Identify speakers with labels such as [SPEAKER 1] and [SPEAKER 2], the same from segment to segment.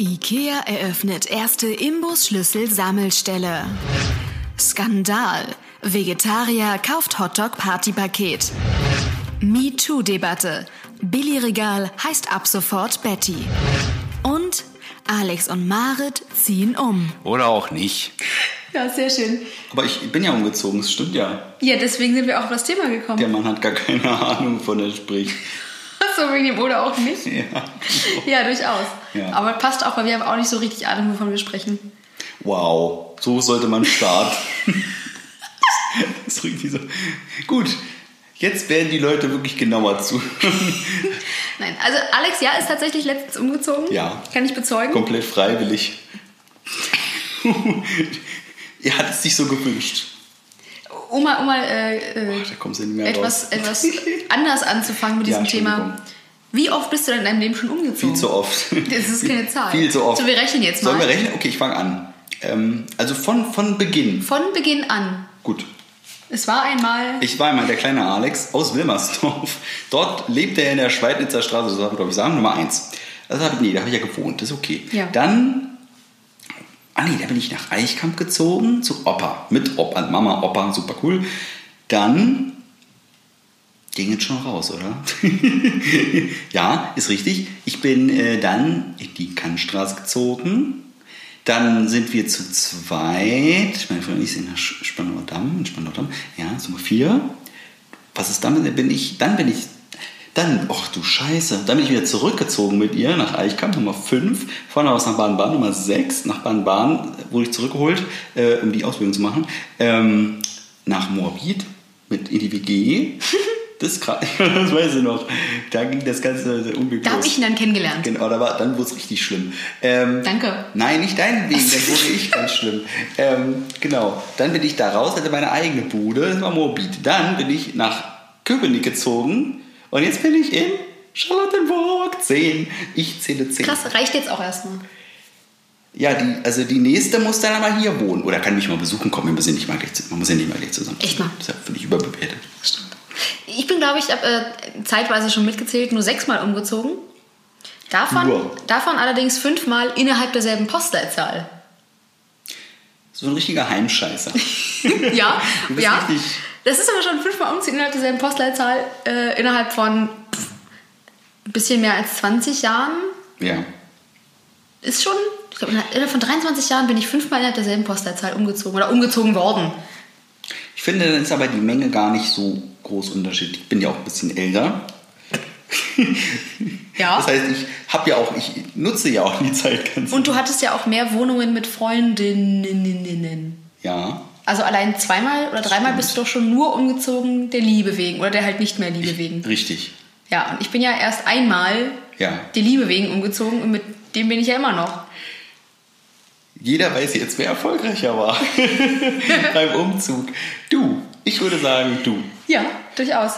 [SPEAKER 1] IKEA eröffnet erste Imbusschlüssel-Sammelstelle. Skandal. Vegetarier kauft Hotdog-Partypaket. MeToo-Debatte. Billigregal heißt ab sofort Betty. Und Alex und Marit ziehen um.
[SPEAKER 2] Oder auch nicht.
[SPEAKER 3] Ja, sehr schön.
[SPEAKER 2] Aber ich bin ja umgezogen, das stimmt ja.
[SPEAKER 3] Ja, deswegen sind wir auch auf das Thema gekommen.
[SPEAKER 2] Der Mann hat gar keine Ahnung, von der spricht.
[SPEAKER 3] so wegen dem oder auch nicht.
[SPEAKER 2] Ja.
[SPEAKER 3] Ja, durchaus.
[SPEAKER 2] Ja.
[SPEAKER 3] Aber passt auch, weil wir haben auch nicht so richtig Ahnung, wovon wir sprechen.
[SPEAKER 2] Wow, so sollte man starten. das ist irgendwie so. Gut, jetzt werden die Leute wirklich genauer zu.
[SPEAKER 3] Nein, also Alex, ja, ist tatsächlich letztens umgezogen.
[SPEAKER 2] Ja.
[SPEAKER 3] Kann ich bezeugen.
[SPEAKER 2] Komplett freiwillig. Ihr hattet es sich so gewünscht.
[SPEAKER 3] Um mal, um mal äh, äh,
[SPEAKER 2] Da kommst du nicht mehr raus.
[SPEAKER 3] etwas, etwas anders anzufangen mit
[SPEAKER 2] Ja,
[SPEAKER 3] diesem Thema.
[SPEAKER 2] Entschuldigung.
[SPEAKER 3] Wie oft bist du denn in deinem Leben schon umgezogen?
[SPEAKER 2] Viel zu oft.
[SPEAKER 3] Das ist keine Zahl.
[SPEAKER 2] Viel zu oft.
[SPEAKER 3] So, wir rechnen jetzt mal.
[SPEAKER 2] Sollen wir rechnen? Okay, ich fange an. Ähm, also von, von Beginn.
[SPEAKER 3] Von Beginn an.
[SPEAKER 2] Gut,
[SPEAKER 3] Es war einmal.
[SPEAKER 2] Ich war einmal der kleine Alex aus Wilmersdorf. Dort lebte er in der Schweidnitzer Straße, das darf man glaube ich sagen, Nummer 1. Also hab ich, nee, da habe ich ja gewohnt, das ist okay.
[SPEAKER 3] Ja.
[SPEAKER 2] Dann, ah nee, da bin ich nach Eichkamp gezogen, zu Opa, mit Opa, Mama, Opa, super cool. Dann ging jetzt schon raus, oder? ja, ist richtig. Ich bin äh, dann in die Kannstraße gezogen. Dann sind wir zu zweit. Meine Freundin und ich sind nach Sch- Spandauer Damm, in Spandauer Damm. Ja, Nummer vier. Was ist dann? Dann bin ich, dann bin ich, dann, ach du Scheiße, dann bin ich wieder zurückgezogen mit ihr nach Eichkamp, Nummer 5, vorne aus nach Baden-Baden, Nummer 6, nach Baden-Baden wurde ich zurückgeholt, äh, um die Ausbildung zu machen, ähm, nach Moabit mit in die WG. Das, ist gra- das weiß ich noch. Da ging das ganze Unglück
[SPEAKER 3] Da habe
[SPEAKER 2] los.
[SPEAKER 3] ich ihn dann kennengelernt.
[SPEAKER 2] Genau, da war, dann wurde es richtig schlimm. Ähm,
[SPEAKER 3] Danke.
[SPEAKER 2] Nein, nicht dein Wegen, dann wurde ich ganz schlimm. Ähm, genau, dann bin ich da raus, hatte meine eigene Bude, das war Moabit. Dann bin ich nach Köpenick gezogen und jetzt bin ich in Charlottenburg 10. Ich zähle 10.
[SPEAKER 3] Krass, reicht jetzt auch erstmal.
[SPEAKER 2] Ja, die, also die nächste muss dann aber hier wohnen. Oder kann mich mal besuchen kommen, wir müssen ja nicht mal gleich, zu- man muss ja nicht mal gleich zusammen.
[SPEAKER 3] Echt mal?
[SPEAKER 2] Das ist ja völlig überbewertet.
[SPEAKER 3] Stimmt. Ich bin, glaube ich, hab, äh, zeitweise schon mitgezählt, nur sechsmal umgezogen. Davon,
[SPEAKER 2] Nur.
[SPEAKER 3] davon allerdings fünfmal innerhalb derselben Postleitzahl.
[SPEAKER 2] So ein richtiger Heimscheißer.
[SPEAKER 3] Ja,
[SPEAKER 2] Du bist
[SPEAKER 3] ja.
[SPEAKER 2] richtig-
[SPEAKER 3] Das ist aber schon fünfmal umziehen innerhalb derselben Postleitzahl, äh, innerhalb von pff, ein bisschen mehr als 20 Jahren.
[SPEAKER 2] ja.
[SPEAKER 3] Ist schon, ich glaube, innerhalb von 23 Jahren bin ich fünfmal innerhalb derselben Postleitzahl umgezogen oder umgezogen worden.
[SPEAKER 2] Ich finde, dann ist aber die Menge gar nicht so groß unterschiedlich. Ich bin ja auch ein bisschen älter.
[SPEAKER 3] Ja.
[SPEAKER 2] Das heißt, ich habe ja auch, ich nutze ja auch die Zeit ganz.
[SPEAKER 3] Und du hattest ja auch mehr Wohnungen mit Freundinnen.
[SPEAKER 2] ja.
[SPEAKER 3] Also allein zweimal oder dreimal
[SPEAKER 2] Stimmt.
[SPEAKER 3] bist du doch schon nur umgezogen der Liebe wegen oder der halt nicht mehr Liebe wegen.
[SPEAKER 2] Richtig.
[SPEAKER 3] Ja, und ich bin ja erst einmal
[SPEAKER 2] Ja.
[SPEAKER 3] der Liebe wegen umgezogen und mit dem bin ich ja immer noch.
[SPEAKER 2] Jeder weiß jetzt, wer erfolgreicher war beim Umzug. Du. Ich würde sagen, du.
[SPEAKER 3] Ja, durchaus.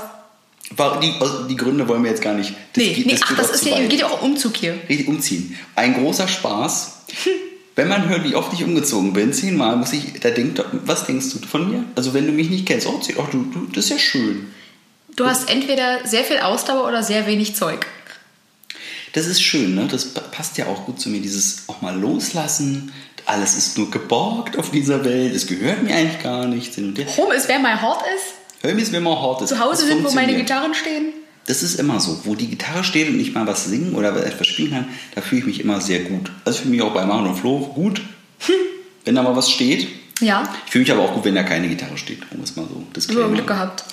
[SPEAKER 2] War- Die, aus- die Gründe wollen wir jetzt gar nicht. Das
[SPEAKER 3] nee, nee, ach,
[SPEAKER 2] führt
[SPEAKER 3] das
[SPEAKER 2] auch
[SPEAKER 3] ist
[SPEAKER 2] zu
[SPEAKER 3] ja,
[SPEAKER 2] weit.
[SPEAKER 3] geht ja auch um Umzug hier.
[SPEAKER 2] Richtig umziehen. Ein großer Spaß. Wenn man hört, wie oft ich umgezogen bin, zehnmal muss ich, da denkt, was denkst du von mir? Also wenn du mich nicht kennst, oh, zehn- ach, du, du, das ist ja schön.
[SPEAKER 3] Du hast entweder sehr viel Ausdauer oder sehr wenig Zeug.
[SPEAKER 2] Das ist schön, ne? Das pa- passt ja auch gut zu mir, dieses auch mal loslassen. Alles ist nur geborgt auf dieser Welt. Es gehört mir eigentlich gar nichts. hin und her.
[SPEAKER 3] Home ist, wer mein Hort ist.
[SPEAKER 2] Hör mir es, wenn man hart ist.
[SPEAKER 3] Zu Hause
[SPEAKER 2] Das
[SPEAKER 3] sind, wo meine
[SPEAKER 2] funktioniert.
[SPEAKER 3] Gitarren stehen.
[SPEAKER 2] Das ist immer so. Wo die Gitarre steht und ich mal was singen oder etwas spielen kann, da fühle ich mich immer sehr gut. Also fühle ich mich auch bei Maren und Flo gut. Hm. Wenn da mal was steht.
[SPEAKER 3] Ja,
[SPEAKER 2] Ich fühle mich aber auch gut, wenn da keine Gitarre steht, um es mal so. Das
[SPEAKER 3] du hast Glück gehabt.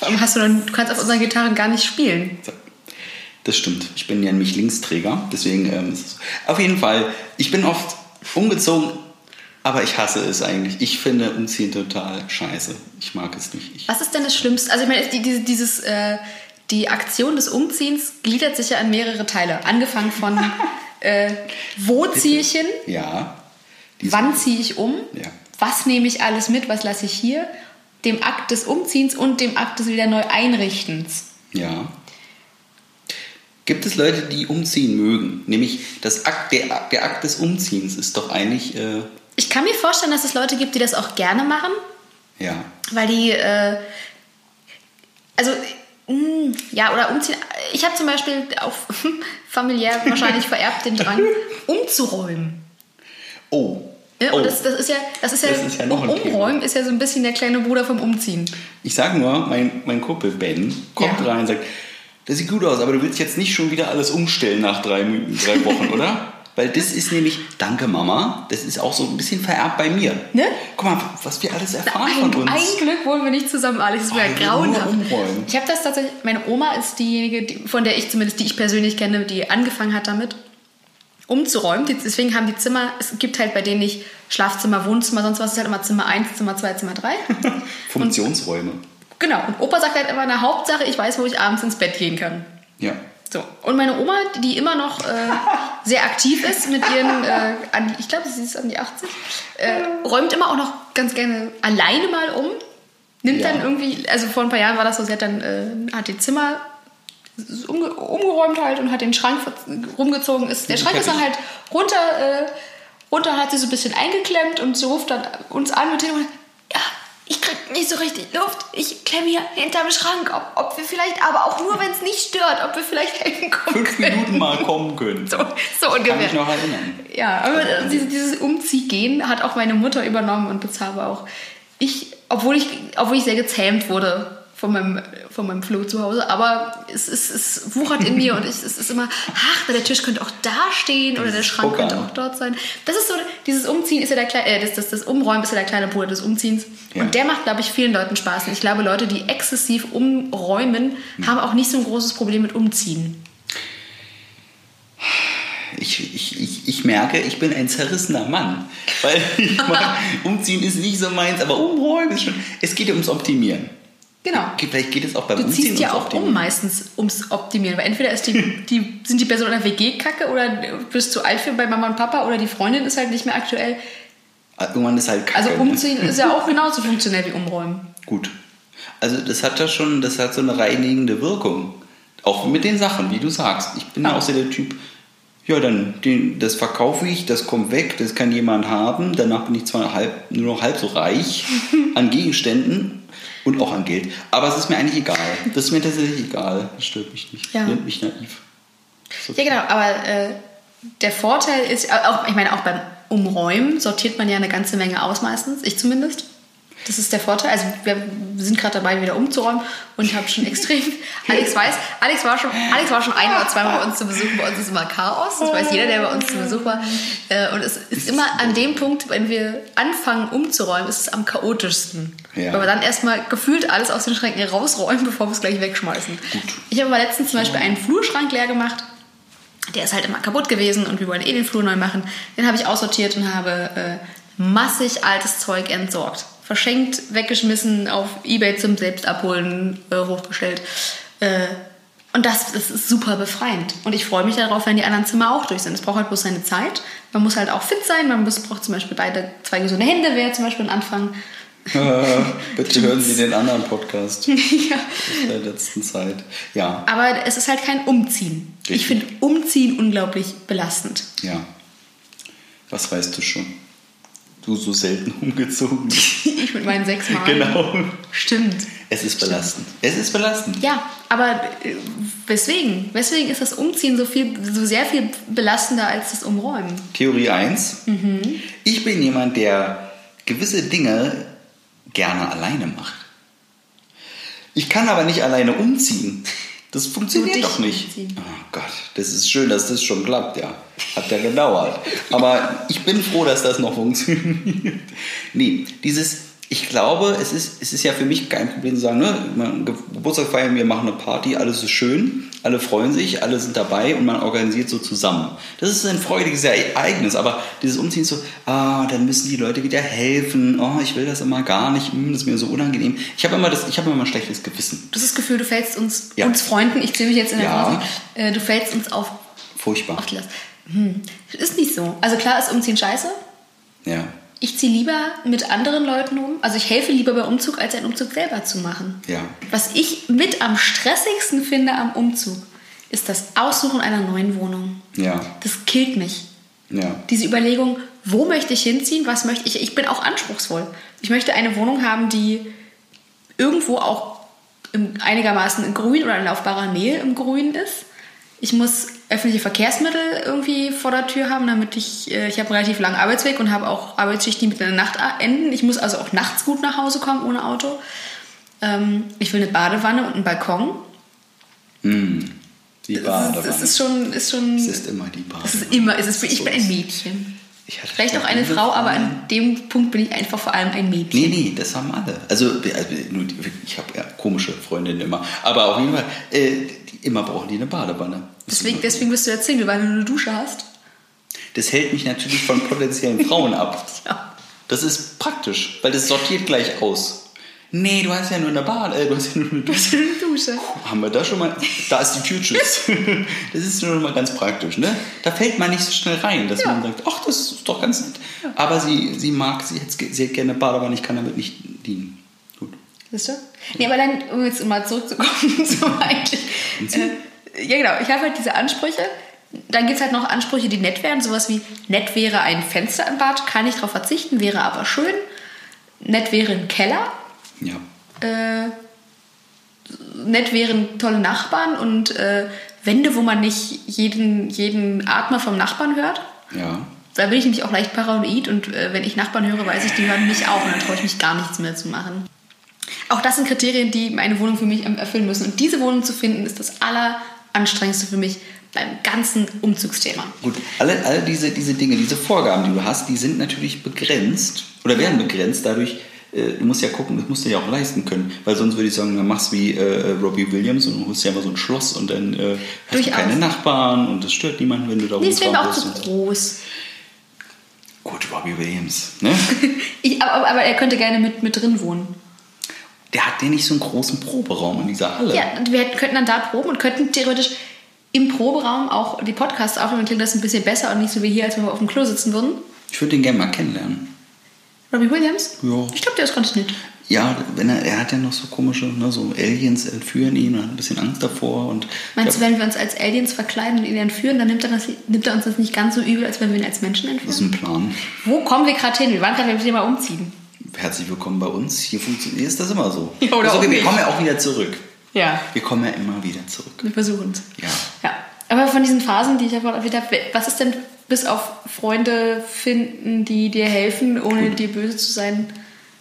[SPEAKER 3] Warum hast du dann, du kannst auf unseren Gitarren gar nicht spielen.
[SPEAKER 2] Das stimmt. Ich bin ja nämlich Linksträger. Deswegen ähm, ist es so. auf jeden Fall, ich bin oft umgezogen, aber ich hasse es eigentlich. Ich finde Umziehen total scheiße. Ich mag es nicht. Ich,
[SPEAKER 3] Was ist denn das Schlimmste? Also ich meine, die, diese, dieses, äh, die Aktion des Umziehens gliedert sich ja in mehrere Teile. Angefangen von, äh, wo ziehe ich hin?
[SPEAKER 2] ja. Diese-
[SPEAKER 3] Wann ziehe ich um?
[SPEAKER 2] Ja.
[SPEAKER 3] Was nehme ich alles mit? Was lasse ich hier? Dem Akt des Umziehens und dem Akt des wieder neu Einrichtens.
[SPEAKER 2] Ja. Gibt es Leute, die umziehen mögen? Nämlich das Akt, der, Akt- der Akt des Umziehens ist doch eigentlich, äh,
[SPEAKER 3] Ich kann mir vorstellen, dass es Leute gibt, die das auch gerne machen,
[SPEAKER 2] ja.
[SPEAKER 3] weil die, äh, also Mm, Ja, oder umziehen. Ich habe zum Beispiel auf familiär wahrscheinlich vererbt den Drang, umzuräumen.
[SPEAKER 2] Oh.
[SPEAKER 3] Ne?
[SPEAKER 2] oh.
[SPEAKER 3] Und das, das ist ja, das ist ja,
[SPEAKER 2] Das ist ja noch ein
[SPEAKER 3] umräumen ist ja so ein bisschen der kleine Bruder vom Umziehen.
[SPEAKER 2] Ich sag nur, mein, mein Kumpel Ben kommt
[SPEAKER 3] Ja.
[SPEAKER 2] rein und sagt, das sieht gut aus, aber du willst jetzt nicht schon wieder alles umstellen nach drei, Mü- drei Wochen, oder? Weil das ist nämlich, danke Mama, das ist auch so ein bisschen vererbt bei mir.
[SPEAKER 3] Ne?
[SPEAKER 2] Guck mal, was wir alles erfahren
[SPEAKER 3] Ein,
[SPEAKER 2] von uns.
[SPEAKER 3] ein Glück wohnen wir nicht zusammen, Alex. Das wäre
[SPEAKER 2] Oh, wir würden nur
[SPEAKER 3] grauenhaft.
[SPEAKER 2] umräumen.
[SPEAKER 3] Ich habe das tatsächlich. Meine Oma ist diejenige, die, von der ich zumindest, die ich persönlich kenne, die angefangen hat damit umzuräumen. Die- Deswegen haben die Zimmer. Es gibt halt bei denen nicht Schlafzimmer, Wohnzimmer, sonst was. Es ist halt immer Zimmer 1, Zimmer 2, Zimmer 3.
[SPEAKER 2] Funktionsräume.
[SPEAKER 3] genau. Und Opa sagt halt immer: Na, Hauptsache, ich weiß, wo ich abends ins Bett gehen kann.
[SPEAKER 2] Ja.
[SPEAKER 3] So. Und meine Oma, die immer noch äh, sehr aktiv ist mit ihren, äh, an, ich glaube, sie ist an die 80, äh, räumt immer auch noch ganz gerne alleine mal um. Nimmt
[SPEAKER 2] Ja.
[SPEAKER 3] dann irgendwie, also vor ein paar Jahren war das so, sie hat dann, äh, hat die Zimmer so umge umgeräumt halt und hat den Schrank ver- rumgezogen. Ist, der
[SPEAKER 2] Ich
[SPEAKER 3] Schrank
[SPEAKER 2] hab
[SPEAKER 3] ist dann
[SPEAKER 2] ich-
[SPEAKER 3] halt runter, äh, runter und hat sie so ein bisschen eingeklemmt und sie ruft dann uns an mit dem ja, ich krieg nicht so richtig Luft. Ich klemme hier hinterm Schrank, ob, ob wir vielleicht, aber auch nur, wenn es nicht stört, ob wir vielleicht helfen kommen
[SPEAKER 2] Fünf
[SPEAKER 3] können.
[SPEAKER 2] Minuten mal kommen können.
[SPEAKER 3] So, so
[SPEAKER 2] Kann
[SPEAKER 3] ungefähr.
[SPEAKER 2] mich noch erinnern.
[SPEAKER 3] Ja, aber äh, diese, dieses Umziehgehen hat auch meine Mutter übernommen und das habe auch ich, obwohl ich, obwohl ich sehr gezähmt wurde von meinem, von meinem Flo zu Hause, aber es, es, es wuchert in mir und ich, es ist immer, ach, der Tisch könnte auch da stehen oder der
[SPEAKER 2] Dieses
[SPEAKER 3] Schrank könnte
[SPEAKER 2] Pokern.
[SPEAKER 3] auch dort sein. Das ist so, dieses Umziehen ist ja der kleine, äh, das, das, das Umräumen ist ja der kleine Bruder des Umziehens
[SPEAKER 2] Ja.
[SPEAKER 3] und der macht, glaube ich, vielen Leuten Spaß. Und ich glaube, Leute, die exzessiv umräumen,
[SPEAKER 2] Hm.
[SPEAKER 3] haben auch nicht so ein großes Problem mit Umziehen.
[SPEAKER 2] Ich, ich, ich, ich merke, ich bin ein zerrissener Mann. Weil ich mein, umziehen ist nicht so meins, aber umräumen ist schon. Es geht ja ums Optimieren.
[SPEAKER 3] Genau.
[SPEAKER 2] Ge- Vielleicht geht es auch beim
[SPEAKER 3] Du
[SPEAKER 2] Umziehen
[SPEAKER 3] ziehst ja
[SPEAKER 2] ums
[SPEAKER 3] auch um
[SPEAKER 2] Optimieren.
[SPEAKER 3] meistens ums Optimieren, weil entweder ist die, die, sind die Person in der WG-Kacke oder bist zu alt für bei Mama und Papa oder die Freundin ist halt nicht mehr aktuell.
[SPEAKER 2] Ah, Irgendwann ist halt kacke,
[SPEAKER 3] Also
[SPEAKER 2] ne?
[SPEAKER 3] umziehen ist ja auch genauso funktionell wie umräumen.
[SPEAKER 2] Gut. Also das hat ja schon, das hat so eine reinigende Wirkung. Auch mit den Sachen, wie du sagst. Ich bin ja auch so der Typ, ja dann, den, das verkaufe ich, das kommt weg, das kann jemand haben. Danach bin ich zwar halb, nur noch halb so reich an Gegenständen und auch an Geld. Aber es ist mir eigentlich egal. Das ist mir tatsächlich egal. Das stört mich nicht.
[SPEAKER 3] Ja.
[SPEAKER 2] Nennt mich naiv. So.
[SPEAKER 3] Ja, genau, aber äh, der Vorteil ist, auch, ich meine, auch beim Umräumen sortiert man ja eine ganze Menge aus meistens, ich zumindest. Das ist der Vorteil. Also wir sind gerade dabei, wieder umzuräumen und habe schon extrem. Alex weiß, Alex war schon, Alex war schon ein oder zweimal bei uns zu Besuch. Bei uns ist immer Chaos. Das weiß jeder, der bei uns zu Besuch war. Äh, Und es ist immer an dem Punkt, wenn wir anfangen umzuräumen, ist es am chaotischsten.
[SPEAKER 2] Ja.
[SPEAKER 3] Weil wir dann erstmal gefühlt alles aus den Schränken rausräumen, bevor wir es gleich wegschmeißen. Ich habe aber letztens zum Beispiel einen Flurschrank leer gemacht der ist halt immer kaputt gewesen und wir wollen eh den Flur neu machen. Den habe ich aussortiert und habe äh, massig altes Zeug entsorgt. Verschenkt, weggeschmissen, auf Ebay zum Selbstabholen äh, hochgestellt. Äh, und das, das ist super befreiend. Und ich freue mich darauf, wenn die anderen Zimmer auch durch sind. Es braucht halt bloß seine Zeit. Man muss halt auch fit sein. Man muss, braucht zum Beispiel beide, zwei gesunde Hände, wäre zum Beispiel ein Anfang.
[SPEAKER 2] Äh, bitte hören Sie den anderen Podcast
[SPEAKER 3] ja.
[SPEAKER 2] der letzten Zeit. Ja,
[SPEAKER 3] Aber es ist halt kein Umziehen. Ich
[SPEAKER 2] Richtig.
[SPEAKER 3] finde Umziehen unglaublich belastend.
[SPEAKER 2] ja. Was weißt du schon? Du so selten umgezogen bist.
[SPEAKER 3] ich mit meinen sechs Mal.
[SPEAKER 2] Genau.
[SPEAKER 3] Stimmt.
[SPEAKER 2] Es ist belastend. Es ist belastend.
[SPEAKER 3] Ja, aber äh, weswegen? Weswegen ist das Umziehen so viel, so sehr viel belastender als das Umräumen?
[SPEAKER 2] Theorie 1.
[SPEAKER 3] Mhm.
[SPEAKER 2] Ich bin jemand, der gewisse Dinge gerne alleine macht. Ich kann aber nicht alleine umziehen. Das funktioniert
[SPEAKER 3] dich
[SPEAKER 2] doch nicht.
[SPEAKER 3] umziehen.
[SPEAKER 2] Oh Gott, das ist schön, dass das schon klappt, ja. Hat ja gedauert. Aber ich bin froh, dass das noch funktioniert. Nee, dieses, ich glaube, es ist, es ist ja für mich kein Problem zu sagen, ne, man- Ge- Geburtstag feiern, wir machen eine Party, alles ist schön, alle freuen sich, alle sind dabei und man organisiert so zusammen. Das ist ein freudiges Ereignis, aber dieses Umziehen ist so, ah, dann müssen die Leute wieder helfen, oh, ich will das immer gar nicht, hm, das ist mir so unangenehm. Ich habe immer, das- ich hab immer ein schlechtes Gewissen.
[SPEAKER 3] Du hast das Gefühl, du fällst uns,
[SPEAKER 2] Ja.
[SPEAKER 3] uns Freunden, ich zähle mich jetzt in der
[SPEAKER 2] Ja.
[SPEAKER 3] Phase, äh, du fällst uns auf,
[SPEAKER 2] Furchtbar.
[SPEAKER 3] auf die Last. Hm, ist nicht so. Also klar ist Umziehen scheiße.
[SPEAKER 2] Ja,
[SPEAKER 3] Ich ziehe lieber mit anderen Leuten um. Also ich helfe lieber beim Umzug, als einen Umzug selber zu machen.
[SPEAKER 2] ja.
[SPEAKER 3] Was ich mit am stressigsten finde am Umzug, ist das Aussuchen einer neuen Wohnung.
[SPEAKER 2] Ja,
[SPEAKER 3] Das killt mich.
[SPEAKER 2] ja.
[SPEAKER 3] diese Überlegung, wo möchte ich hinziehen, was möchte ich. Ich bin auch anspruchsvoll. Ich möchte eine Wohnung haben, die irgendwo auch im, einigermaßen in grün oder in laufbarer Nähe im Grün ist. Ich muss öffentliche Verkehrsmittel irgendwie vor der Tür haben, damit ich, äh, ich habe einen relativ langen Arbeitsweg und habe auch Arbeitsschichten, die mit einer Nacht enden. Ich muss also auch nachts gut nach Hause kommen ohne Auto. Ähm, ich will eine Badewanne und einen Balkon.
[SPEAKER 2] Die
[SPEAKER 3] Das ist,
[SPEAKER 2] Badewanne.
[SPEAKER 3] es ist schon, ist schon,
[SPEAKER 2] Es ist immer die Badewanne.
[SPEAKER 3] es ist immer, es ist,
[SPEAKER 2] So
[SPEAKER 3] ich bin ein Mädchen.
[SPEAKER 2] Ich hatte
[SPEAKER 3] Vielleicht auch
[SPEAKER 2] schon
[SPEAKER 3] eine
[SPEAKER 2] viele
[SPEAKER 3] Frau, aber
[SPEAKER 2] Frauen.
[SPEAKER 3] an dem Punkt bin ich einfach vor allem ein Mädchen.
[SPEAKER 2] Nee, nee, das haben alle. Also, wir- also nur die, ich habe ja komische Freundinnen immer. Aber auf jeden Fall, äh, die, immer brauchen die eine Badewanne. Das ist
[SPEAKER 3] Deswegen,
[SPEAKER 2] immer-
[SPEAKER 3] deswegen bist du jetzt Single, weil du eine Dusche hast.
[SPEAKER 2] Das hält mich natürlich von potenziellen Frauen ab.
[SPEAKER 3] Ja.
[SPEAKER 2] Das ist praktisch, weil das sortiert gleich aus. Nee, du hast ja nur eine Bade, äh, du hast ja nur eine Dusche.
[SPEAKER 3] Eine Dusche.
[SPEAKER 2] Haben wir da schon mal. Da ist die Tür, tschüss. Das ist schon mal ganz praktisch, ne? Da fällt man nicht so schnell rein, dass
[SPEAKER 3] Ja.
[SPEAKER 2] man sagt, ach, das ist doch ganz nett. Aber sie, sie mag, sie hätte, sie hätte gerne Badewanne, ich kann damit nicht dienen. Gut.
[SPEAKER 3] Siehst du? Nee, aber dann, um jetzt mal zurückzukommen zum eigentlich. Äh, ja, genau. Ich habe halt diese Ansprüche. Dann gibt es halt noch Ansprüche, die nett wären. Sowas wie, nett wäre ein Fenster im Bad, kann ich darauf verzichten, wäre aber schön. Nett wäre ein Keller.
[SPEAKER 2] Ja.
[SPEAKER 3] Äh, nett wären tolle Nachbarn und äh, Wände, wo man nicht jeden, jeden Atmer vom Nachbarn hört.
[SPEAKER 2] Ja.
[SPEAKER 3] Da bin ich nämlich auch leicht paranoid und äh, wenn ich Nachbarn höre, weiß ich, die hören mich auch und dann traue ich mich gar nichts mehr zu machen. Auch das sind Kriterien, die meine Wohnung für mich ähm, erfüllen müssen. Und diese Wohnung zu finden, ist das Alleranstrengendste für mich beim ganzen Umzugsthema.
[SPEAKER 2] Gut, alle, alle diese, diese Dinge, diese Vorgaben, die du hast, die sind natürlich begrenzt oder werden begrenzt dadurch, äh, du musst ja gucken, das musst du ja auch leisten können, weil sonst würde ich sagen, dann machst du wie äh, Robbie Williams und holst dir einfach so ein Schloss und dann äh, hast du
[SPEAKER 3] Durchaus.
[SPEAKER 2] keine Nachbarn und das stört niemanden, wenn du da
[SPEAKER 3] Nee, es wäre mir
[SPEAKER 2] rumfahren
[SPEAKER 3] auch
[SPEAKER 2] bist
[SPEAKER 3] zu
[SPEAKER 2] und so.
[SPEAKER 3] groß.
[SPEAKER 2] Gut, Robbie Williams, ne?
[SPEAKER 3] Ich, aber, aber- aber er könnte gerne mit, mit drin wohnen.
[SPEAKER 2] Der hat ja nicht so einen großen Proberaum in dieser Halle.
[SPEAKER 3] Ja, und wir hätten- könnten dann da proben und könnten theoretisch im Proberaum auch die Podcasts aufnehmen. Dann klingt das ein bisschen besser und nicht so wie hier, als wenn wir auf dem Klo sitzen würden.
[SPEAKER 2] Ich würde den gerne mal kennenlernen.
[SPEAKER 3] Robbie Williams?
[SPEAKER 2] Ja.
[SPEAKER 3] Ich glaube, der ist ganz nett.
[SPEAKER 2] Ja, wenn er, er hat ja noch so komische, ne, so Aliens entführen ihn und hat ein bisschen Angst davor und Ja,
[SPEAKER 3] Meinst du, wenn wir uns als Aliens verkleiden und ihn entführen, dann nimmt er, das, nimmt er uns das nicht ganz so übel, als wenn wir ihn als Menschen
[SPEAKER 2] das
[SPEAKER 3] entführen?
[SPEAKER 2] ist ein Plan.
[SPEAKER 3] Wo kommen wir gerade hin? Wir waren gerade beim Thema Umziehen.
[SPEAKER 2] Herzlich willkommen bei uns. Hier funktioniert ist das immer so.
[SPEAKER 3] Ja, oder
[SPEAKER 2] Ist
[SPEAKER 3] auch
[SPEAKER 2] okay, wir
[SPEAKER 3] nicht.
[SPEAKER 2] kommen ja auch wieder zurück.
[SPEAKER 3] Ja.
[SPEAKER 2] Wir kommen ja immer wieder zurück.
[SPEAKER 3] Wir versuchen es.
[SPEAKER 2] Ja.
[SPEAKER 3] Ja. Aber von diesen Phasen, die ich ja vorhin erwähnt habe, was ist denn bis auf Freunde finden, die dir helfen, ohne dir böse zu sein?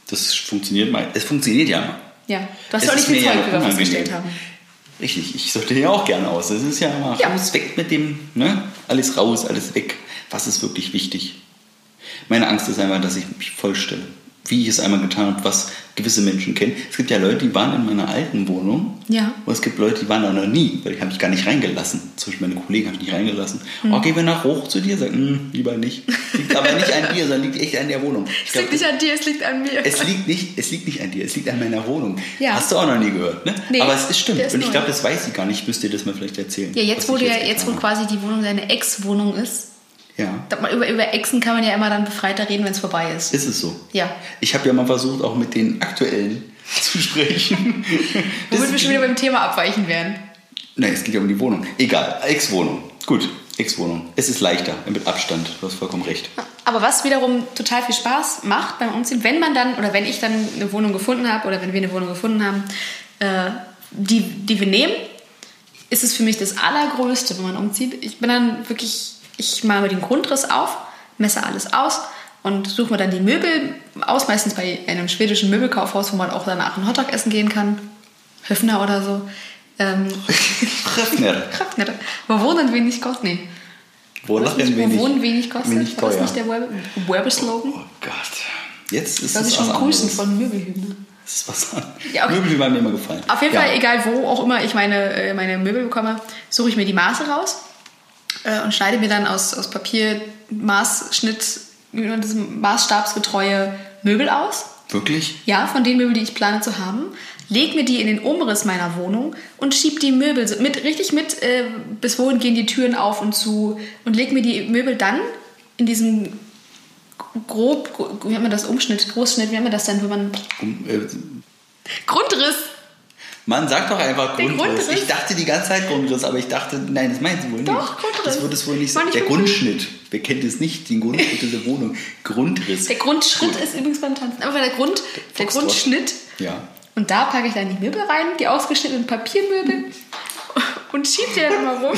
[SPEAKER 2] Das funktioniert mal. Es funktioniert ja mal.
[SPEAKER 3] Ja. Du
[SPEAKER 2] Es
[SPEAKER 3] hast ja auch nicht
[SPEAKER 2] ist
[SPEAKER 3] viel
[SPEAKER 2] mir ja
[SPEAKER 3] Zeug, wie wir
[SPEAKER 2] unangenehm.
[SPEAKER 3] festgestellt haben.
[SPEAKER 2] Richtig, ich sorte ja auch gerne aus. Das ist ja mal
[SPEAKER 3] Ja.
[SPEAKER 2] alles weg mit dem, ne? Alles raus, alles weg. Was ist wirklich wichtig? Meine Angst ist einmal, dass ich mich vollstelle. Wie ich es einmal getan habe, was gewisse Menschen kennen. Es gibt ja Leute, die waren in meiner alten Wohnung.
[SPEAKER 3] Ja.
[SPEAKER 2] Und es gibt Leute, die waren da noch nie, weil die habe ich gar nicht reingelassen. Zum Beispiel meine Kollegen habe ich nicht reingelassen.
[SPEAKER 3] Hm.
[SPEAKER 2] Oh, gehen wir nach hoch zu dir? Sagen, lieber nicht. Liegt aber nicht an dir, sondern liegt echt an der Wohnung. Ich
[SPEAKER 3] Es
[SPEAKER 2] glaub,
[SPEAKER 3] liegt nicht an dir, es liegt an mir.
[SPEAKER 2] es liegt, nicht, es liegt nicht an dir, es liegt an meiner Wohnung.
[SPEAKER 3] Ja.
[SPEAKER 2] Hast du auch noch nie gehört, ne?
[SPEAKER 3] Nee,
[SPEAKER 2] Aber es ist stimmt.
[SPEAKER 3] der ist
[SPEAKER 2] Und ich
[SPEAKER 3] neu.
[SPEAKER 2] glaube, das weiß sie gar nicht. Ich müsste dir das mal vielleicht erzählen.
[SPEAKER 3] ja,
[SPEAKER 2] was
[SPEAKER 3] jetzt, wo,
[SPEAKER 2] ich
[SPEAKER 3] du ja, jetzt, wo
[SPEAKER 2] getan
[SPEAKER 3] quasi die Wohnung deine Ex-Wohnung ist,
[SPEAKER 2] habe. Ja,
[SPEAKER 3] da- über, über Exen kann man ja immer dann befreiter reden, wenn es vorbei ist.
[SPEAKER 2] ist es so.
[SPEAKER 3] Ja.
[SPEAKER 2] Ich habe ja mal versucht, auch mit den Aktuellen zu sprechen. Das
[SPEAKER 3] Womit wir
[SPEAKER 2] ist-
[SPEAKER 3] schon wieder beim Thema abweichen werden.
[SPEAKER 2] Nein, es geht ja um die Wohnung. Egal, Ex-Wohnung. Gut, Ex-Wohnung. Es ist leichter, mit Abstand. Du hast vollkommen recht.
[SPEAKER 3] Aber was wiederum total viel Spaß macht beim Umziehen, wenn man dann oder wenn ich dann eine Wohnung gefunden habe oder wenn wir eine Wohnung gefunden haben, äh, die, die wir nehmen, ist es für mich das Allergrößte, wenn man umzieht. Ich bin dann wirklich, ich male mir den Grundriss auf, messe alles aus und suche mir dann die Möbel aus, meistens bei einem schwedischen Möbelkaufhaus, wo man auch danach ein Hotdog essen gehen kann. Höfner oder so. Ähm,
[SPEAKER 2] Treffner.
[SPEAKER 3] Kraftnetter. Wo wohnen wenig kostet? Nee.
[SPEAKER 2] Wo
[SPEAKER 3] Wo
[SPEAKER 2] lachen wenig?
[SPEAKER 3] wohnen wenig kostet?
[SPEAKER 2] Wenig
[SPEAKER 3] War das
[SPEAKER 2] teuer.
[SPEAKER 3] nicht der Werbe- Werbeslogan?
[SPEAKER 2] Oh Gott. Jetzt ist
[SPEAKER 3] Soll
[SPEAKER 2] es
[SPEAKER 3] sich
[SPEAKER 2] was
[SPEAKER 3] schon grüßen
[SPEAKER 2] anderes.
[SPEAKER 3] von Möbelhübner.
[SPEAKER 2] Das ist was anderes.
[SPEAKER 3] Ja, okay.
[SPEAKER 2] Möbel waren mir immer gefallen.
[SPEAKER 3] Auf jeden
[SPEAKER 2] ja.
[SPEAKER 3] Fall, egal wo auch immer ich meine, äh, meine Möbel bekomme, suche ich mir die Maße raus äh, und schneide mir dann aus, aus Papier Maßschnitt, genau diesem maßstabsgetreue Möbel aus.
[SPEAKER 2] Wirklich?
[SPEAKER 3] Ja, von den Möbeln, die ich plane zu haben. Leg mir die in den Umriss meiner Wohnung und schieb die Möbel so mit, richtig mit, äh, bis wohin gehen die Türen auf und zu. Und leg mir die Möbel dann in diesem grob, gro- wie nennt man das, Umschnitt, Großschnitt, wie nennt man das denn, wenn man...
[SPEAKER 2] Um, äh,
[SPEAKER 3] Grundriss!
[SPEAKER 2] Mann, sag doch einfach
[SPEAKER 3] Der
[SPEAKER 2] Grundriss.
[SPEAKER 3] Grundriss.
[SPEAKER 2] Ich dachte die ganze Zeit Grundriss, aber ich dachte, nein, das meinst du wohl nicht.
[SPEAKER 3] Doch, Grundriss.
[SPEAKER 2] Das wird es wohl nicht
[SPEAKER 3] Mann,
[SPEAKER 2] sein.
[SPEAKER 3] ich
[SPEAKER 2] Der
[SPEAKER 3] bin-
[SPEAKER 2] Grundschnitt. Wer kennt es nicht? Den Grundschnitt dieser Wohnung. Grundriss.
[SPEAKER 3] Der Grundschritt ist übrigens beim Tanzen, aber der Grund, der
[SPEAKER 2] Foxtrot.
[SPEAKER 3] Grundschnitt
[SPEAKER 2] Ja.
[SPEAKER 3] Und da packe ich dann die Möbel rein, die ausgeschnittenen Papiermöbel und schieb die dann immer rum.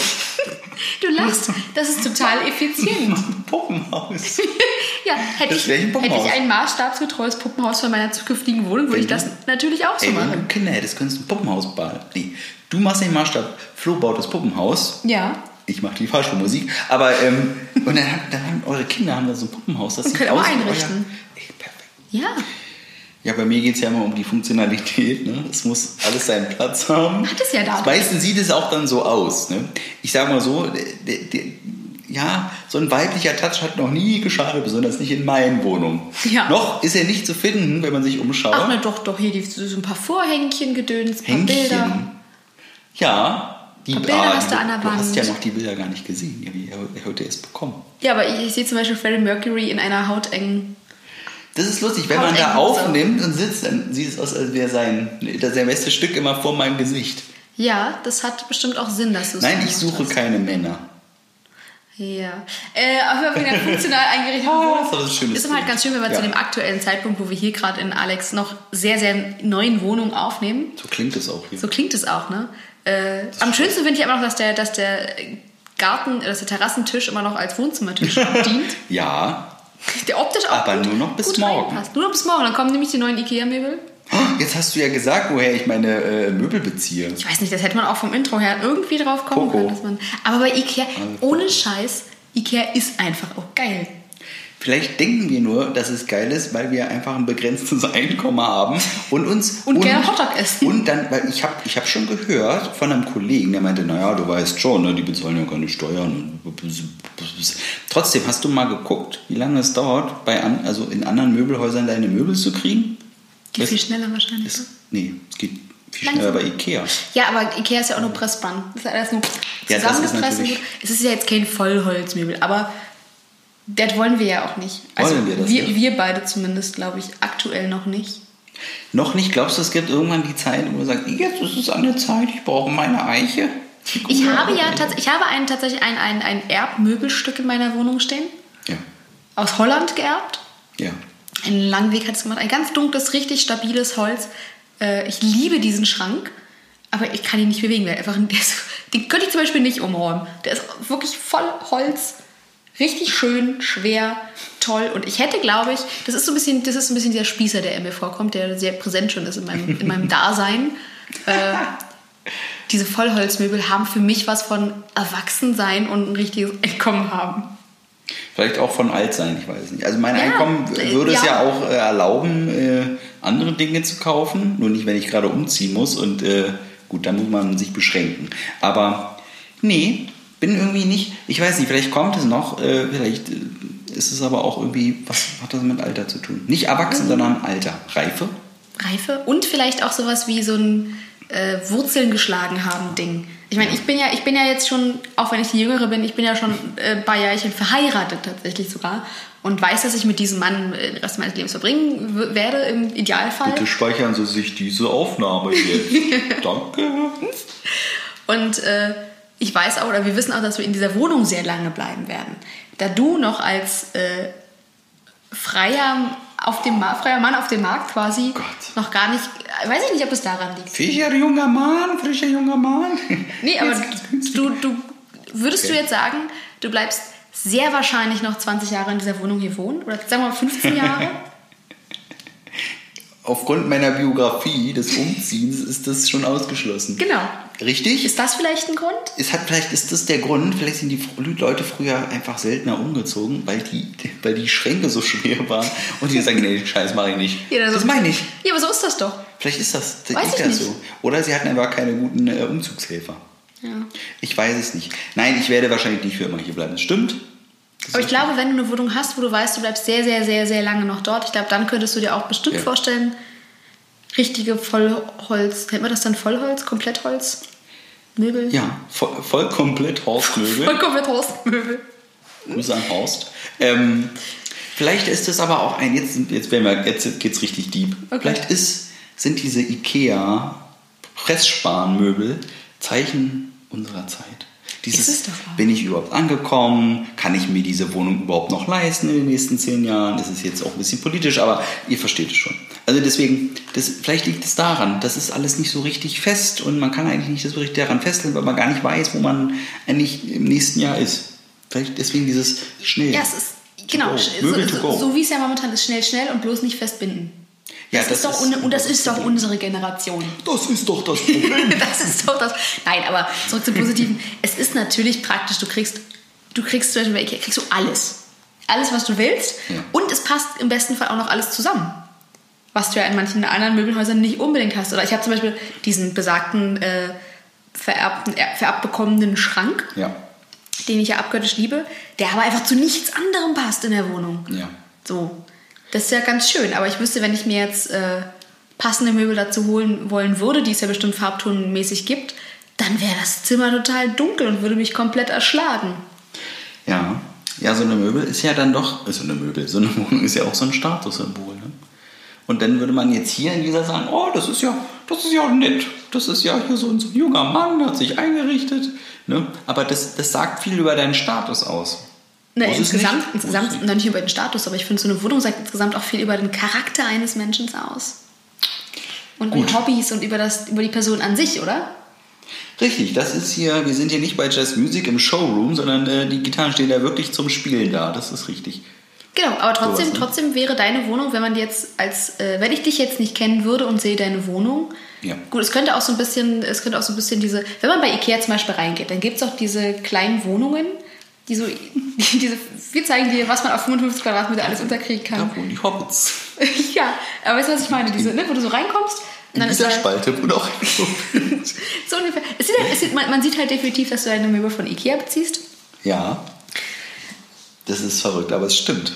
[SPEAKER 3] Du lachst, das ist total effizient.
[SPEAKER 2] Puppenhaus.
[SPEAKER 3] Ja, hätte
[SPEAKER 2] Das
[SPEAKER 3] ich,
[SPEAKER 2] wäre ein
[SPEAKER 3] hätte
[SPEAKER 2] Puppenhaus.
[SPEAKER 3] ich ein maßstabsgetreues Puppenhaus von meiner zukünftigen Wohnung, würde ich das natürlich auch so
[SPEAKER 2] Ey, wenn
[SPEAKER 3] machen.
[SPEAKER 2] du Kinder hättest, könntest du ein Puppenhaus bauen. Nee, du machst den Maßstab. Flo baut das Puppenhaus.
[SPEAKER 3] Ja.
[SPEAKER 2] Ich mache die Fahrstuhlmusik. Aber, ähm, und dann, haben- dann haben eure Kinder haben da so ein Puppenhaus. Das
[SPEAKER 3] Und
[SPEAKER 2] sieht
[SPEAKER 3] können auch
[SPEAKER 2] aus wie euer-
[SPEAKER 3] einrichten.
[SPEAKER 2] Ey, perfekt.
[SPEAKER 3] Ja.
[SPEAKER 2] Ja, bei mir geht es ja immer um die Funktionalität. Ne? Es muss alles seinen Platz haben.
[SPEAKER 3] Hat es ja da.
[SPEAKER 2] Meistens sieht es auch dann so aus. Ne? Ich sag mal so, de- de- de- ja, so ein weiblicher Touch hat noch nie geschadet, besonders nicht in meinen Wohnungen.
[SPEAKER 3] Ja.
[SPEAKER 2] Noch ist er nicht zu finden, wenn man sich umschaut.
[SPEAKER 3] Ach, na doch, doch, hier die, so ein paar Vorhängchen gedöns, ein paar
[SPEAKER 2] Hängchen.
[SPEAKER 3] Bilder.
[SPEAKER 2] Ja, die
[SPEAKER 3] Ein paar Bilder hast du an der
[SPEAKER 2] Du hast
[SPEAKER 3] Wand.
[SPEAKER 2] ja noch die Bilder gar nicht gesehen. Die habe ich heute erst bekommen.
[SPEAKER 3] Ja, aber ich, ich sehe zum Beispiel Freddie Mercury in einer hautengen.
[SPEAKER 2] Das ist lustig, wenn man
[SPEAKER 3] Hauteng
[SPEAKER 2] da
[SPEAKER 3] und so.
[SPEAKER 2] aufnimmt und sitzt, dann sieht es aus, als wäre sein, das sein bestes Stück immer vor meinem Gesicht.
[SPEAKER 3] Ja, das hat bestimmt auch Sinn, dass du es
[SPEAKER 2] Nein,
[SPEAKER 3] gemacht
[SPEAKER 2] ich suche
[SPEAKER 3] hast.
[SPEAKER 2] keine Männer.
[SPEAKER 3] Ja. Äh, auf jeden Fall wieder funktional eingerichtet
[SPEAKER 2] Ah, das
[SPEAKER 3] wurde.
[SPEAKER 2] ist aber ein schönes
[SPEAKER 3] ist immer halt
[SPEAKER 2] Bild.
[SPEAKER 3] ganz schön, wenn wir
[SPEAKER 2] Ja.
[SPEAKER 3] zu dem aktuellen Zeitpunkt, wo wir hier gerade in Alex noch sehr, sehr neuen Wohnung aufnehmen.
[SPEAKER 2] So klingt es auch hier.
[SPEAKER 3] So klingt es auch, ne? Äh, am schönsten finde ich immer noch, dass der, dass der Garten, dass der Terrassentisch immer noch als Wohnzimmertisch dient.
[SPEAKER 2] Ja.
[SPEAKER 3] Der optisch auch
[SPEAKER 2] Aber
[SPEAKER 3] gut,
[SPEAKER 2] nur noch bis
[SPEAKER 3] gut
[SPEAKER 2] morgen.
[SPEAKER 3] reinpasst. Nur noch bis morgen. Dann kommen nämlich die neuen Ikea-Möbel.
[SPEAKER 2] Ah, Jetzt hast du ja gesagt, woher ich meine äh, Möbel beziehe.
[SPEAKER 3] Ich weiß nicht, das hätte man auch vom Intro her irgendwie drauf kommen
[SPEAKER 2] Coco.
[SPEAKER 3] können. Dass man, aber bei Ikea,
[SPEAKER 2] Also
[SPEAKER 3] ohne Scheiß, Ikea ist einfach auch geil.
[SPEAKER 2] Vielleicht denken wir nur, dass es geil ist, weil wir einfach ein begrenztes Einkommen haben und uns
[SPEAKER 3] Und gerne Hotdog essen.
[SPEAKER 2] Und dann, weil ich habe ich hab schon gehört von einem Kollegen, der meinte, naja, du weißt schon, ne, die bezahlen ja keine Steuern. Trotzdem, hast du mal geguckt, wie lange es dauert, bei an, also in anderen Möbelhäusern deine Möbel zu kriegen?
[SPEAKER 3] Geht
[SPEAKER 2] Was?
[SPEAKER 3] viel schneller wahrscheinlich.
[SPEAKER 2] Es,
[SPEAKER 3] ne?
[SPEAKER 2] nee, es geht viel schneller
[SPEAKER 3] Langsam.
[SPEAKER 2] bei Ikea.
[SPEAKER 3] Ja, aber Ikea ist ja auch nur Pressband. Das ist alles nur
[SPEAKER 2] Ja, das ist
[SPEAKER 3] zusammengepresst. und
[SPEAKER 2] natürlich-
[SPEAKER 3] so. es ist ja jetzt kein Vollholzmöbel, aber das wollen wir ja auch nicht. Also
[SPEAKER 2] Wollen wir das
[SPEAKER 3] wir,
[SPEAKER 2] nicht?
[SPEAKER 3] wir beide zumindest, glaube ich, aktuell noch nicht.
[SPEAKER 2] Noch nicht, glaubst du, es gibt irgendwann die Zeit, wo du sagst, jetzt ist es an der Zeit, ich brauche meine Eiche?
[SPEAKER 3] Ich habe ja tats ich habe einen, tatsächlich ein, ein, ein Erbmöbelstück in meiner Wohnung stehen.
[SPEAKER 2] Ja,
[SPEAKER 3] Aus Holland geerbt.
[SPEAKER 2] ja.
[SPEAKER 3] Einen langen Weg hat es gemacht. Ein ganz dunkles, richtig stabiles Holz. Äh, ich liebe diesen Schrank, aber ich kann ihn nicht bewegen. Der ist einfach, der ist, den könnte ich zum Beispiel nicht umräumen. Der ist wirklich voll Holz. Richtig schön, schwer, toll. Und ich hätte, glaube ich, das ist so ein bisschen, das ist so ein bisschen der Spießer, der in mir vorkommt, der sehr präsent schon ist in meinem, in meinem Dasein. Äh, diese Vollholzmöbel haben für mich was von Erwachsensein und ein richtiges Einkommen haben.
[SPEAKER 2] Vielleicht auch von alt sein, ich weiß nicht. Also mein
[SPEAKER 3] Ja,
[SPEAKER 2] Einkommen
[SPEAKER 3] äh,
[SPEAKER 2] würde es ja
[SPEAKER 3] ja.
[SPEAKER 2] auch äh, erlauben, äh, andere Dinge zu kaufen, nur nicht, wenn ich gerade umziehen muss. Und äh, gut, dann muss man sich beschränken. Aber nee, bin irgendwie nicht, ich weiß nicht, vielleicht kommt es noch, äh, vielleicht äh, ist es aber auch irgendwie, was hat das mit Alter zu tun? Nicht erwachsen,
[SPEAKER 3] Mhm.
[SPEAKER 2] sondern Alter. Reife?
[SPEAKER 3] Reife und vielleicht auch sowas wie so ein äh, Wurzeln geschlagen haben Ding. Ich meine, ich bin ja, ich bin ja jetzt schon, auch wenn ich die Jüngere bin, ich bin ja schon äh, ein paar Jährchen verheiratet tatsächlich sogar und weiß, dass ich mit diesem Mann äh, den Rest meines Lebens verbringen w- werde im Idealfall.
[SPEAKER 2] Bitte speichern Sie sich diese Aufnahme jetzt. Danke.
[SPEAKER 3] Und äh, ich weiß auch, oder wir wissen auch, dass wir in dieser Wohnung sehr lange bleiben werden. Da du noch als äh, freier, auf dem Ma freier Mann auf dem Markt quasi
[SPEAKER 2] Gott.
[SPEAKER 3] noch gar nicht, äh, weiß ich nicht, ob es daran liegt.
[SPEAKER 2] Frischer junger Mann, frischer junger Mann.
[SPEAKER 3] Nee, aber du, du würdest
[SPEAKER 2] Okay.
[SPEAKER 3] du jetzt sagen, du bleibst sehr wahrscheinlich noch 20 Jahre in dieser Wohnung hier wohnen? Oder sagen wir mal 15 Jahre?
[SPEAKER 2] Aufgrund meiner Biografie des Umziehens ist das schon ausgeschlossen.
[SPEAKER 3] genau.
[SPEAKER 2] Richtig?
[SPEAKER 3] Ist das vielleicht ein Grund?
[SPEAKER 2] Es hat, vielleicht ist das der Grund, vielleicht sind die Fr- Leute früher einfach seltener umgezogen, weil die, weil die Schränke so schwer waren und die sagen, nee, den Scheiß mache ich nicht.
[SPEAKER 3] Ja,
[SPEAKER 2] das meine ich.
[SPEAKER 3] Ja, aber so ist das doch.
[SPEAKER 2] Vielleicht ist das,
[SPEAKER 3] Weiß
[SPEAKER 2] ist
[SPEAKER 3] ich
[SPEAKER 2] das
[SPEAKER 3] nicht.
[SPEAKER 2] so. Oder sie hatten einfach keine guten äh, Umzugshelfer.
[SPEAKER 3] Ja.
[SPEAKER 2] Ich weiß es nicht. Nein, ich werde wahrscheinlich nicht für immer hier bleiben. Das stimmt.
[SPEAKER 3] Aber ich glaube, wenn du eine Wohnung hast, wo du weißt, du bleibst sehr, sehr, sehr, sehr lange noch dort, ich glaube, dann könntest du dir auch bestimmt
[SPEAKER 2] Ja.
[SPEAKER 3] vorstellen, richtige Vollholz, nennt man das dann Vollholz, Komplettholz? Möbel?
[SPEAKER 2] Ja, voll, voll komplett Horstmöbel.
[SPEAKER 3] Voll komplett Holzmöbel.
[SPEAKER 2] Grüße an Horst. Ähm, vielleicht ist es aber auch ein, jetzt, sind- jetzt, werden wir, jetzt geht's richtig deep.
[SPEAKER 3] Okay.
[SPEAKER 2] Vielleicht ist, sind diese IKEA-Pressspanmöbel Zeichen unserer Zeit. Dieses,
[SPEAKER 3] Ist es doch wahr.
[SPEAKER 2] bin ich überhaupt angekommen? Kann ich mir diese Wohnung überhaupt noch leisten in den nächsten zehn Jahren? Das ist jetzt auch ein bisschen politisch, aber ihr versteht es schon. Also deswegen, das, vielleicht liegt es daran, das ist alles nicht so richtig fest und man kann eigentlich nicht so richtig daran festlegen, weil man gar nicht weiß, wo man eigentlich im nächsten Jahr ist. Vielleicht deswegen dieses schnell.
[SPEAKER 3] Ja, es ist, genau,
[SPEAKER 2] go.
[SPEAKER 3] sch-
[SPEAKER 2] Möbel
[SPEAKER 3] so,
[SPEAKER 2] to go.
[SPEAKER 3] so, so wie es ja momentan ist, schnell, schnell und bloß nicht festbinden.
[SPEAKER 2] Ja,
[SPEAKER 3] das, ist doch, un- und das ist doch unsere Generation.
[SPEAKER 2] Das ist doch das Problem.
[SPEAKER 3] das ist doch das. Nein, aber zurück zum Positiven. es ist natürlich praktisch. Du kriegst, du kriegst zum Beispiel bei Ikea, kriegst du alles. Alles, was du willst.
[SPEAKER 2] Ja.
[SPEAKER 3] Und es passt im besten Fall auch noch alles zusammen. Was du ja in manchen anderen Möbelhäusern nicht unbedingt hast. Oder ich habe zum Beispiel diesen besagten, äh, vererbten, er- vererbt bekommenen Schrank,
[SPEAKER 2] ja,
[SPEAKER 3] den ich ja abgöttisch liebe, der aber einfach zu nichts anderem passt in der Wohnung.
[SPEAKER 2] ja.
[SPEAKER 3] So, das ist ja ganz schön, aber ich wüsste, wenn ich mir jetzt äh, passende Möbel dazu holen wollen würde, die es ja bestimmt farbtonmäßig gibt, dann wäre das Zimmer total dunkel und würde mich komplett erschlagen.
[SPEAKER 2] Ja. Ja, so eine Möbel ist ja dann doch, äh, so eine Möbel, so eine Wohnung ist ja auch so ein Statussymbol. Ne? Und dann würde man jetzt hier in dieser sagen, oh, das ist ja, das ist ja nett. Das ist ja hier so ein, so ein junger Mann, hat sich eingerichtet. Ne? Aber das, das sagt viel über deinen Status aus.
[SPEAKER 3] Na,
[SPEAKER 2] Muss es
[SPEAKER 3] Ne, insgesamt,
[SPEAKER 2] nicht? Muss es
[SPEAKER 3] insgesamt ne-
[SPEAKER 2] nicht.
[SPEAKER 3] noch nicht über den Status, aber ich finde, so eine Wohnung sagt insgesamt auch viel über den Charakter eines Menschen aus. Und über
[SPEAKER 2] Gut.
[SPEAKER 3] Hobbys und über, das, über die Person an sich, oder?
[SPEAKER 2] Richtig, das ist hier, wir sind hier nicht bei Jazz Music im Showroom, sondern äh, die Gitarren stehen da wirklich zum Spielen da. Das ist richtig.
[SPEAKER 3] Genau, aber trotzdem,
[SPEAKER 2] Sowas, ne?
[SPEAKER 3] trotzdem wäre deine Wohnung, wenn man die jetzt als, äh, wenn ich dich jetzt nicht kennen würde und sehe deine Wohnung,
[SPEAKER 2] Ja.
[SPEAKER 3] gut, es könnte auch so ein bisschen, es könnte auch so ein bisschen diese, wenn man bei Ikea zum Beispiel reingeht, dann gibt es auch diese kleinen Wohnungen, die so, die, diese, wir zeigen dir, was man auf 55 Quadratmeter alles unterkriegen
[SPEAKER 2] Da
[SPEAKER 3] kann.
[SPEAKER 2] wohnen die Hobbits.
[SPEAKER 3] ja, aber weißt du, was ich meine? Diese, ne, wo du so reinkommst und
[SPEAKER 2] In
[SPEAKER 3] dann ist
[SPEAKER 2] dieser
[SPEAKER 3] da,
[SPEAKER 2] Spalte wohnt auch ein Hobbit.
[SPEAKER 3] so ungefähr, es sieht halt, es sieht, man, man sieht halt definitiv, dass du deine Möbel von Ikea beziehst.
[SPEAKER 2] Ja. Das ist verrückt, aber es stimmt.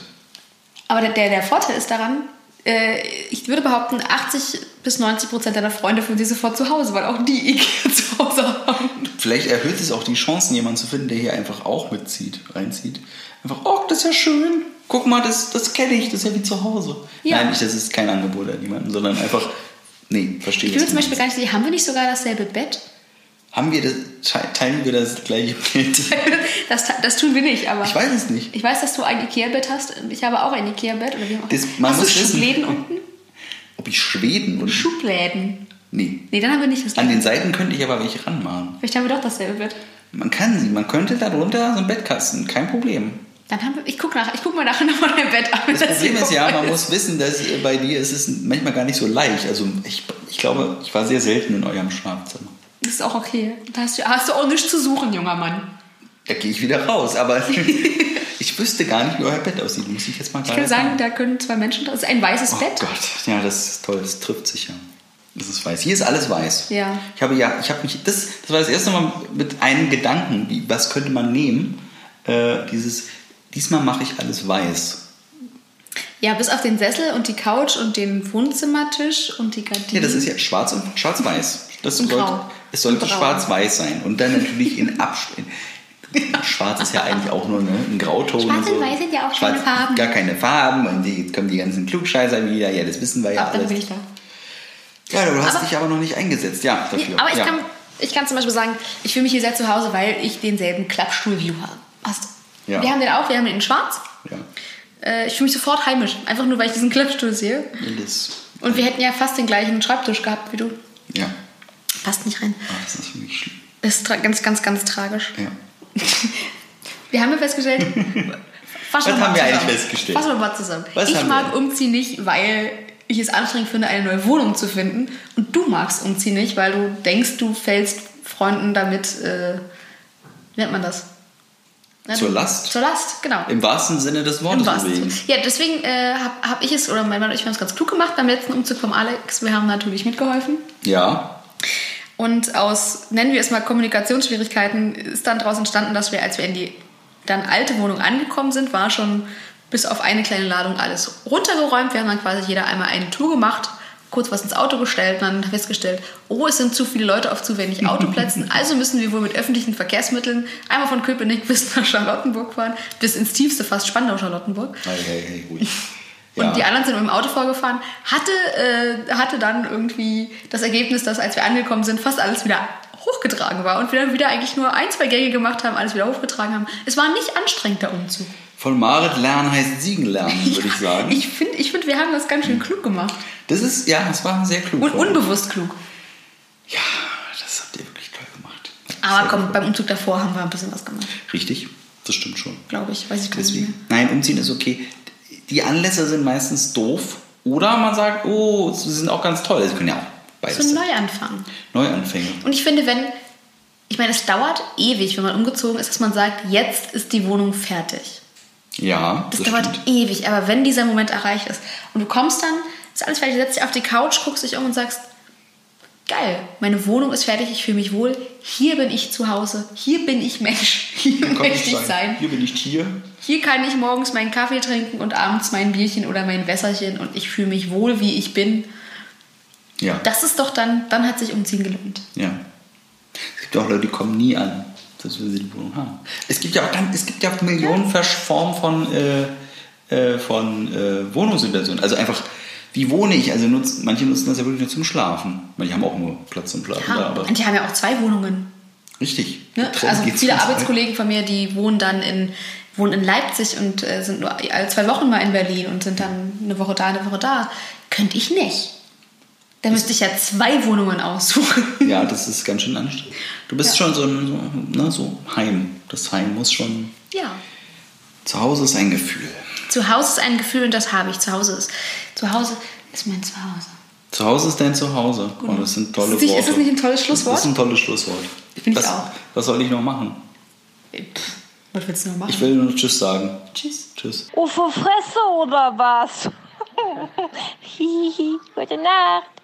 [SPEAKER 3] Aber der, der Vorteil ist daran, äh, ich würde behaupten, 80 bis 90 Prozent deiner Freunde fühlen sich sofort zu Hause, weil auch die Ikea zu Hause haben.
[SPEAKER 2] Vielleicht erhöht es auch die Chancen, jemanden zu finden, der hier einfach auch mitzieht, reinzieht. Einfach, oh, das ist ja schön. Guck mal, das, das kenne ich, das ist ja wie zu Hause.
[SPEAKER 3] Ja.
[SPEAKER 2] Nein, nicht, das ist kein Angebot an jemanden, sondern einfach, nee, verstehe
[SPEAKER 3] Ich würde
[SPEAKER 2] was du
[SPEAKER 3] zum Beispiel gar nicht sagen, haben wir nicht sogar dasselbe Bett?
[SPEAKER 2] meinst. Haben wir das, te- teilen wir das gleiche Bild?
[SPEAKER 3] Das, ta- das tun wir nicht, aber.
[SPEAKER 2] Ich weiß es nicht.
[SPEAKER 3] Ich weiß, dass du ein Ikea-Bett hast. Ich habe auch ein Ikea-Bett. Oder wie auch
[SPEAKER 2] Das-
[SPEAKER 3] immer.
[SPEAKER 2] man
[SPEAKER 3] Hast du
[SPEAKER 2] muss wissen.
[SPEAKER 3] Schubläden unten?
[SPEAKER 2] Ob ich Schweden oder...
[SPEAKER 3] Schubläden.
[SPEAKER 2] Nee.
[SPEAKER 3] Nee, dann haben wir nicht das
[SPEAKER 2] An
[SPEAKER 3] gleiche.
[SPEAKER 2] den Seiten könnte ich aber welche ranmachen.
[SPEAKER 3] Vielleicht haben wir doch dasselbe Bett.
[SPEAKER 2] Man kann sie, man könnte darunter so einen Bettkasten, kein Problem.
[SPEAKER 3] Dann haben wir, ich gucke nach, ich guck mal nachher nochmal dein Bett an.
[SPEAKER 2] Das Problem ist ja, man muss wissen, dass äh, bei dir ist es manchmal gar nicht so leicht. Also ich, ich glaube, ich war sehr selten in eurem Schlafzimmer.
[SPEAKER 3] Das ist auch okay. Da hast du, hast du auch nichts zu suchen, junger Mann.
[SPEAKER 2] Da gehe ich wieder raus, aber ich wüsste gar nicht, wie euer Bett aussieht, muss ich jetzt mal
[SPEAKER 3] Ich kann
[SPEAKER 2] gerade
[SPEAKER 3] sagen, da können zwei Menschen drin. Es ist ein weißes
[SPEAKER 2] oh
[SPEAKER 3] Bett.
[SPEAKER 2] Gott, ja, das ist toll, das trifft sich ja. Das ist weiß. Hier ist alles weiß.
[SPEAKER 3] Ja.
[SPEAKER 2] Ich habe ja, ich habe mich, das, das war das erste Mal mit einem Gedanken, wie, was könnte man nehmen? Äh, dieses, diesmal mache ich alles weiß.
[SPEAKER 3] Ja, bis auf den Sessel und die Couch und den Wohnzimmertisch und die Gardinen.
[SPEAKER 2] Ja, das ist ja schwarz und schwarz-weiß. Das
[SPEAKER 3] Und
[SPEAKER 2] sollte,
[SPEAKER 3] grau.
[SPEAKER 2] es sollte
[SPEAKER 3] Und braun.
[SPEAKER 2] schwarz-weiß sein. Und dann natürlich in Abschnitt. Schwarz ist ja eigentlich auch nur ne, ein Grauton.
[SPEAKER 3] Schwarz und
[SPEAKER 2] so.
[SPEAKER 3] weiß sind ja auch
[SPEAKER 2] Schwarz-
[SPEAKER 3] keine Farben.
[SPEAKER 2] Gar keine Farben. Und die, jetzt kommen die ganzen Klugscheißer wieder. Ja, das wissen wir ja
[SPEAKER 3] Ach, dann bin
[SPEAKER 2] alles.
[SPEAKER 3] ich da.
[SPEAKER 2] Ja, du hast
[SPEAKER 3] Aber-
[SPEAKER 2] dich aber noch nicht eingesetzt. Ja, dafür.
[SPEAKER 3] Nee, aber ich,
[SPEAKER 2] ja.
[SPEAKER 3] kann, ich kann zum Beispiel sagen, ich fühle mich hier sehr zu Hause, weil ich denselben Klappstuhl-View habe. Hast du?
[SPEAKER 2] Ja.
[SPEAKER 3] Wir haben den auch, wir haben den in schwarz.
[SPEAKER 2] Ja.
[SPEAKER 3] Äh, ich fühle mich sofort heimisch, einfach nur, weil ich diesen Klappstuhl sehe.
[SPEAKER 2] Das,
[SPEAKER 3] Und wir hätten ja fast den gleichen Schreibtisch gehabt wie du.
[SPEAKER 2] ja.
[SPEAKER 3] Passt nicht rein.
[SPEAKER 2] Ah, das ist wirklich schlimm.
[SPEAKER 3] Das ist tra- ganz, ganz, ganz tragisch.
[SPEAKER 2] Ja.
[SPEAKER 3] Wir haben ja festgestellt. Fass doch
[SPEAKER 2] Was
[SPEAKER 3] mal
[SPEAKER 2] haben wir
[SPEAKER 3] zusammen.
[SPEAKER 2] eigentlich festgestellt?
[SPEAKER 3] Fassen wir mal zusammen.
[SPEAKER 2] Was
[SPEAKER 3] ich
[SPEAKER 2] haben
[SPEAKER 3] mag
[SPEAKER 2] wir?
[SPEAKER 3] Umziehen nicht, weil ich es anstrengend finde, eine neue Wohnung zu finden. Und du magst Umziehen nicht, weil du denkst, du fällst Freunden damit. Äh, wie nennt man das? Na,
[SPEAKER 2] Zur
[SPEAKER 3] du-
[SPEAKER 2] Last?
[SPEAKER 3] Zur Last, genau.
[SPEAKER 2] Im wahrsten Sinne des
[SPEAKER 3] Im
[SPEAKER 2] Wortes.
[SPEAKER 3] Bast.
[SPEAKER 2] übrigens.
[SPEAKER 3] Ja, deswegen äh, habe hab ich es, oder mein Mann und ich haben es ganz klug gemacht beim letzten Umzug vom Alex. Wir haben natürlich mitgeholfen.
[SPEAKER 2] Ja.
[SPEAKER 3] Und aus, nennen wir es mal Kommunikationsschwierigkeiten, ist dann daraus entstanden, dass wir, als wir in die dann alte Wohnung angekommen sind, war schon bis auf eine kleine Ladung alles runtergeräumt. Wir haben dann quasi jeder einmal eine Tour gemacht, kurz was ins Auto gestellt und dann festgestellt, oh, es sind zu viele Leute auf zu wenig Autoplätzen, also müssen wir wohl mit öffentlichen Verkehrsmitteln einmal von Köpenick bis nach Charlottenburg fahren, bis ins tiefste, fast Spandau-Charlottenburg.
[SPEAKER 2] Hey, hey, hey, ruhig.
[SPEAKER 3] Und
[SPEAKER 2] Ja.
[SPEAKER 3] die anderen sind mit dem Auto vorgefahren. Hatte, äh, hatte dann irgendwie das Ergebnis, dass als wir angekommen sind, fast alles wieder hochgetragen war und wir dann wieder eigentlich nur ein, zwei Gänge gemacht haben, alles wieder hochgetragen haben. Es war nicht anstrengend, der Umzug.
[SPEAKER 2] Von Marit lernen heißt siegen lernen, würde ich sagen. Hm.
[SPEAKER 3] Ich finde, ich find, wir haben das ganz schön klug gemacht.
[SPEAKER 2] Das ist, ja, das war sehr klug.
[SPEAKER 3] Und
[SPEAKER 2] von uns.
[SPEAKER 3] unbewusst klug.
[SPEAKER 2] Ja, das habt ihr wirklich toll gemacht.
[SPEAKER 3] Aber
[SPEAKER 2] Sehr
[SPEAKER 3] komm,
[SPEAKER 2] gut.
[SPEAKER 3] beim Umzug davor haben wir ein bisschen was gemacht,
[SPEAKER 2] Richtig, das stimmt schon.
[SPEAKER 3] glaube ich. Weiß ich gar nicht mehr.
[SPEAKER 2] Deswegen. Nein, umziehen ist okay. Die Anlässe sind meistens doof. Oder man sagt, oh, sie sind auch ganz toll. Sie können ja auch beides
[SPEAKER 3] So
[SPEAKER 2] sein.
[SPEAKER 3] ein Neuanfang.
[SPEAKER 2] Neuanfänge.
[SPEAKER 3] Und ich finde, wenn, ich meine, es dauert ewig, wenn man umgezogen ist, dass man sagt, jetzt ist die Wohnung fertig.
[SPEAKER 2] Ja,
[SPEAKER 3] Das,
[SPEAKER 2] das,
[SPEAKER 3] dauert
[SPEAKER 2] stimmt.
[SPEAKER 3] ewig, aber wenn dieser Moment erreicht ist und du kommst dann, ist alles fertig, setzt dich auf die Couch, guckst dich um und sagst, geil, meine Wohnung ist fertig, ich fühle mich wohl, hier bin ich zu Hause, hier bin ich Mensch, hier
[SPEAKER 2] Kann
[SPEAKER 3] möchte ich
[SPEAKER 2] nicht
[SPEAKER 3] sein.
[SPEAKER 2] Hier bin ich Tier.
[SPEAKER 3] Hier kann ich morgens meinen Kaffee trinken und abends mein Bierchen oder mein Wässerchen und ich fühle mich wohl, wie ich bin.
[SPEAKER 2] Ja.
[SPEAKER 3] Das ist doch dann, dann hat sich umziehen gelohnt.
[SPEAKER 2] ja. Es gibt auch Leute, die kommen nie an, dass wir sie die Wohnung haben. Es gibt ja auch, ganz- es gibt ja auch Millionen Versch- Formen von, äh, äh, von äh, Wohnungssituationen. Also einfach, wie wohne ich? Also nutzen, manche nutzen das ja wirklich nur zum Schlafen. Manche haben auch nur Platz zum Schlafen. Da,
[SPEAKER 3] Ja,
[SPEAKER 2] aber
[SPEAKER 3] und die haben ja auch zwei Wohnungen.
[SPEAKER 2] richtig.
[SPEAKER 3] Ne?
[SPEAKER 2] Getrennt
[SPEAKER 3] Also
[SPEAKER 2] geht's
[SPEAKER 3] viele
[SPEAKER 2] uns allen.
[SPEAKER 3] Arbeitskollegen von mir, die wohnen dann in, wohnen in Leipzig und äh, sind nur alle zwei Wochen mal in Berlin und sind dann eine Woche da, eine Woche da. Könnte ich nicht. Da müsste ich ja zwei Wohnungen aussuchen.
[SPEAKER 2] Ja, das ist ganz schön anstrengend. Du bist
[SPEAKER 3] Ja.
[SPEAKER 2] schon so, ein- so, ne, so Heim. Das Heim muss schon.
[SPEAKER 3] Ja.
[SPEAKER 2] Zu Hause ist ein Gefühl.
[SPEAKER 3] Zu Hause ist ein Gefühl und das habe ich. Zu Hause ist, zu Hause ist mein Zuhause.
[SPEAKER 2] Zu Hause ist dein Zuhause. Und das sind tolle
[SPEAKER 3] Genau. Ist das nicht-
[SPEAKER 2] Worte.
[SPEAKER 3] ist das nicht ein tolles Schlusswort?
[SPEAKER 2] Das ist ein tolles Schlusswort.
[SPEAKER 3] Finde ich
[SPEAKER 2] was,
[SPEAKER 3] auch.
[SPEAKER 2] Was soll ich noch machen?
[SPEAKER 3] Pff, was willst du noch machen?
[SPEAKER 2] Ich will nur Tschüss sagen.
[SPEAKER 3] Tschüss.
[SPEAKER 2] Tschüss.
[SPEAKER 4] Ufo Fresse oder was? Hihi, gute Nacht.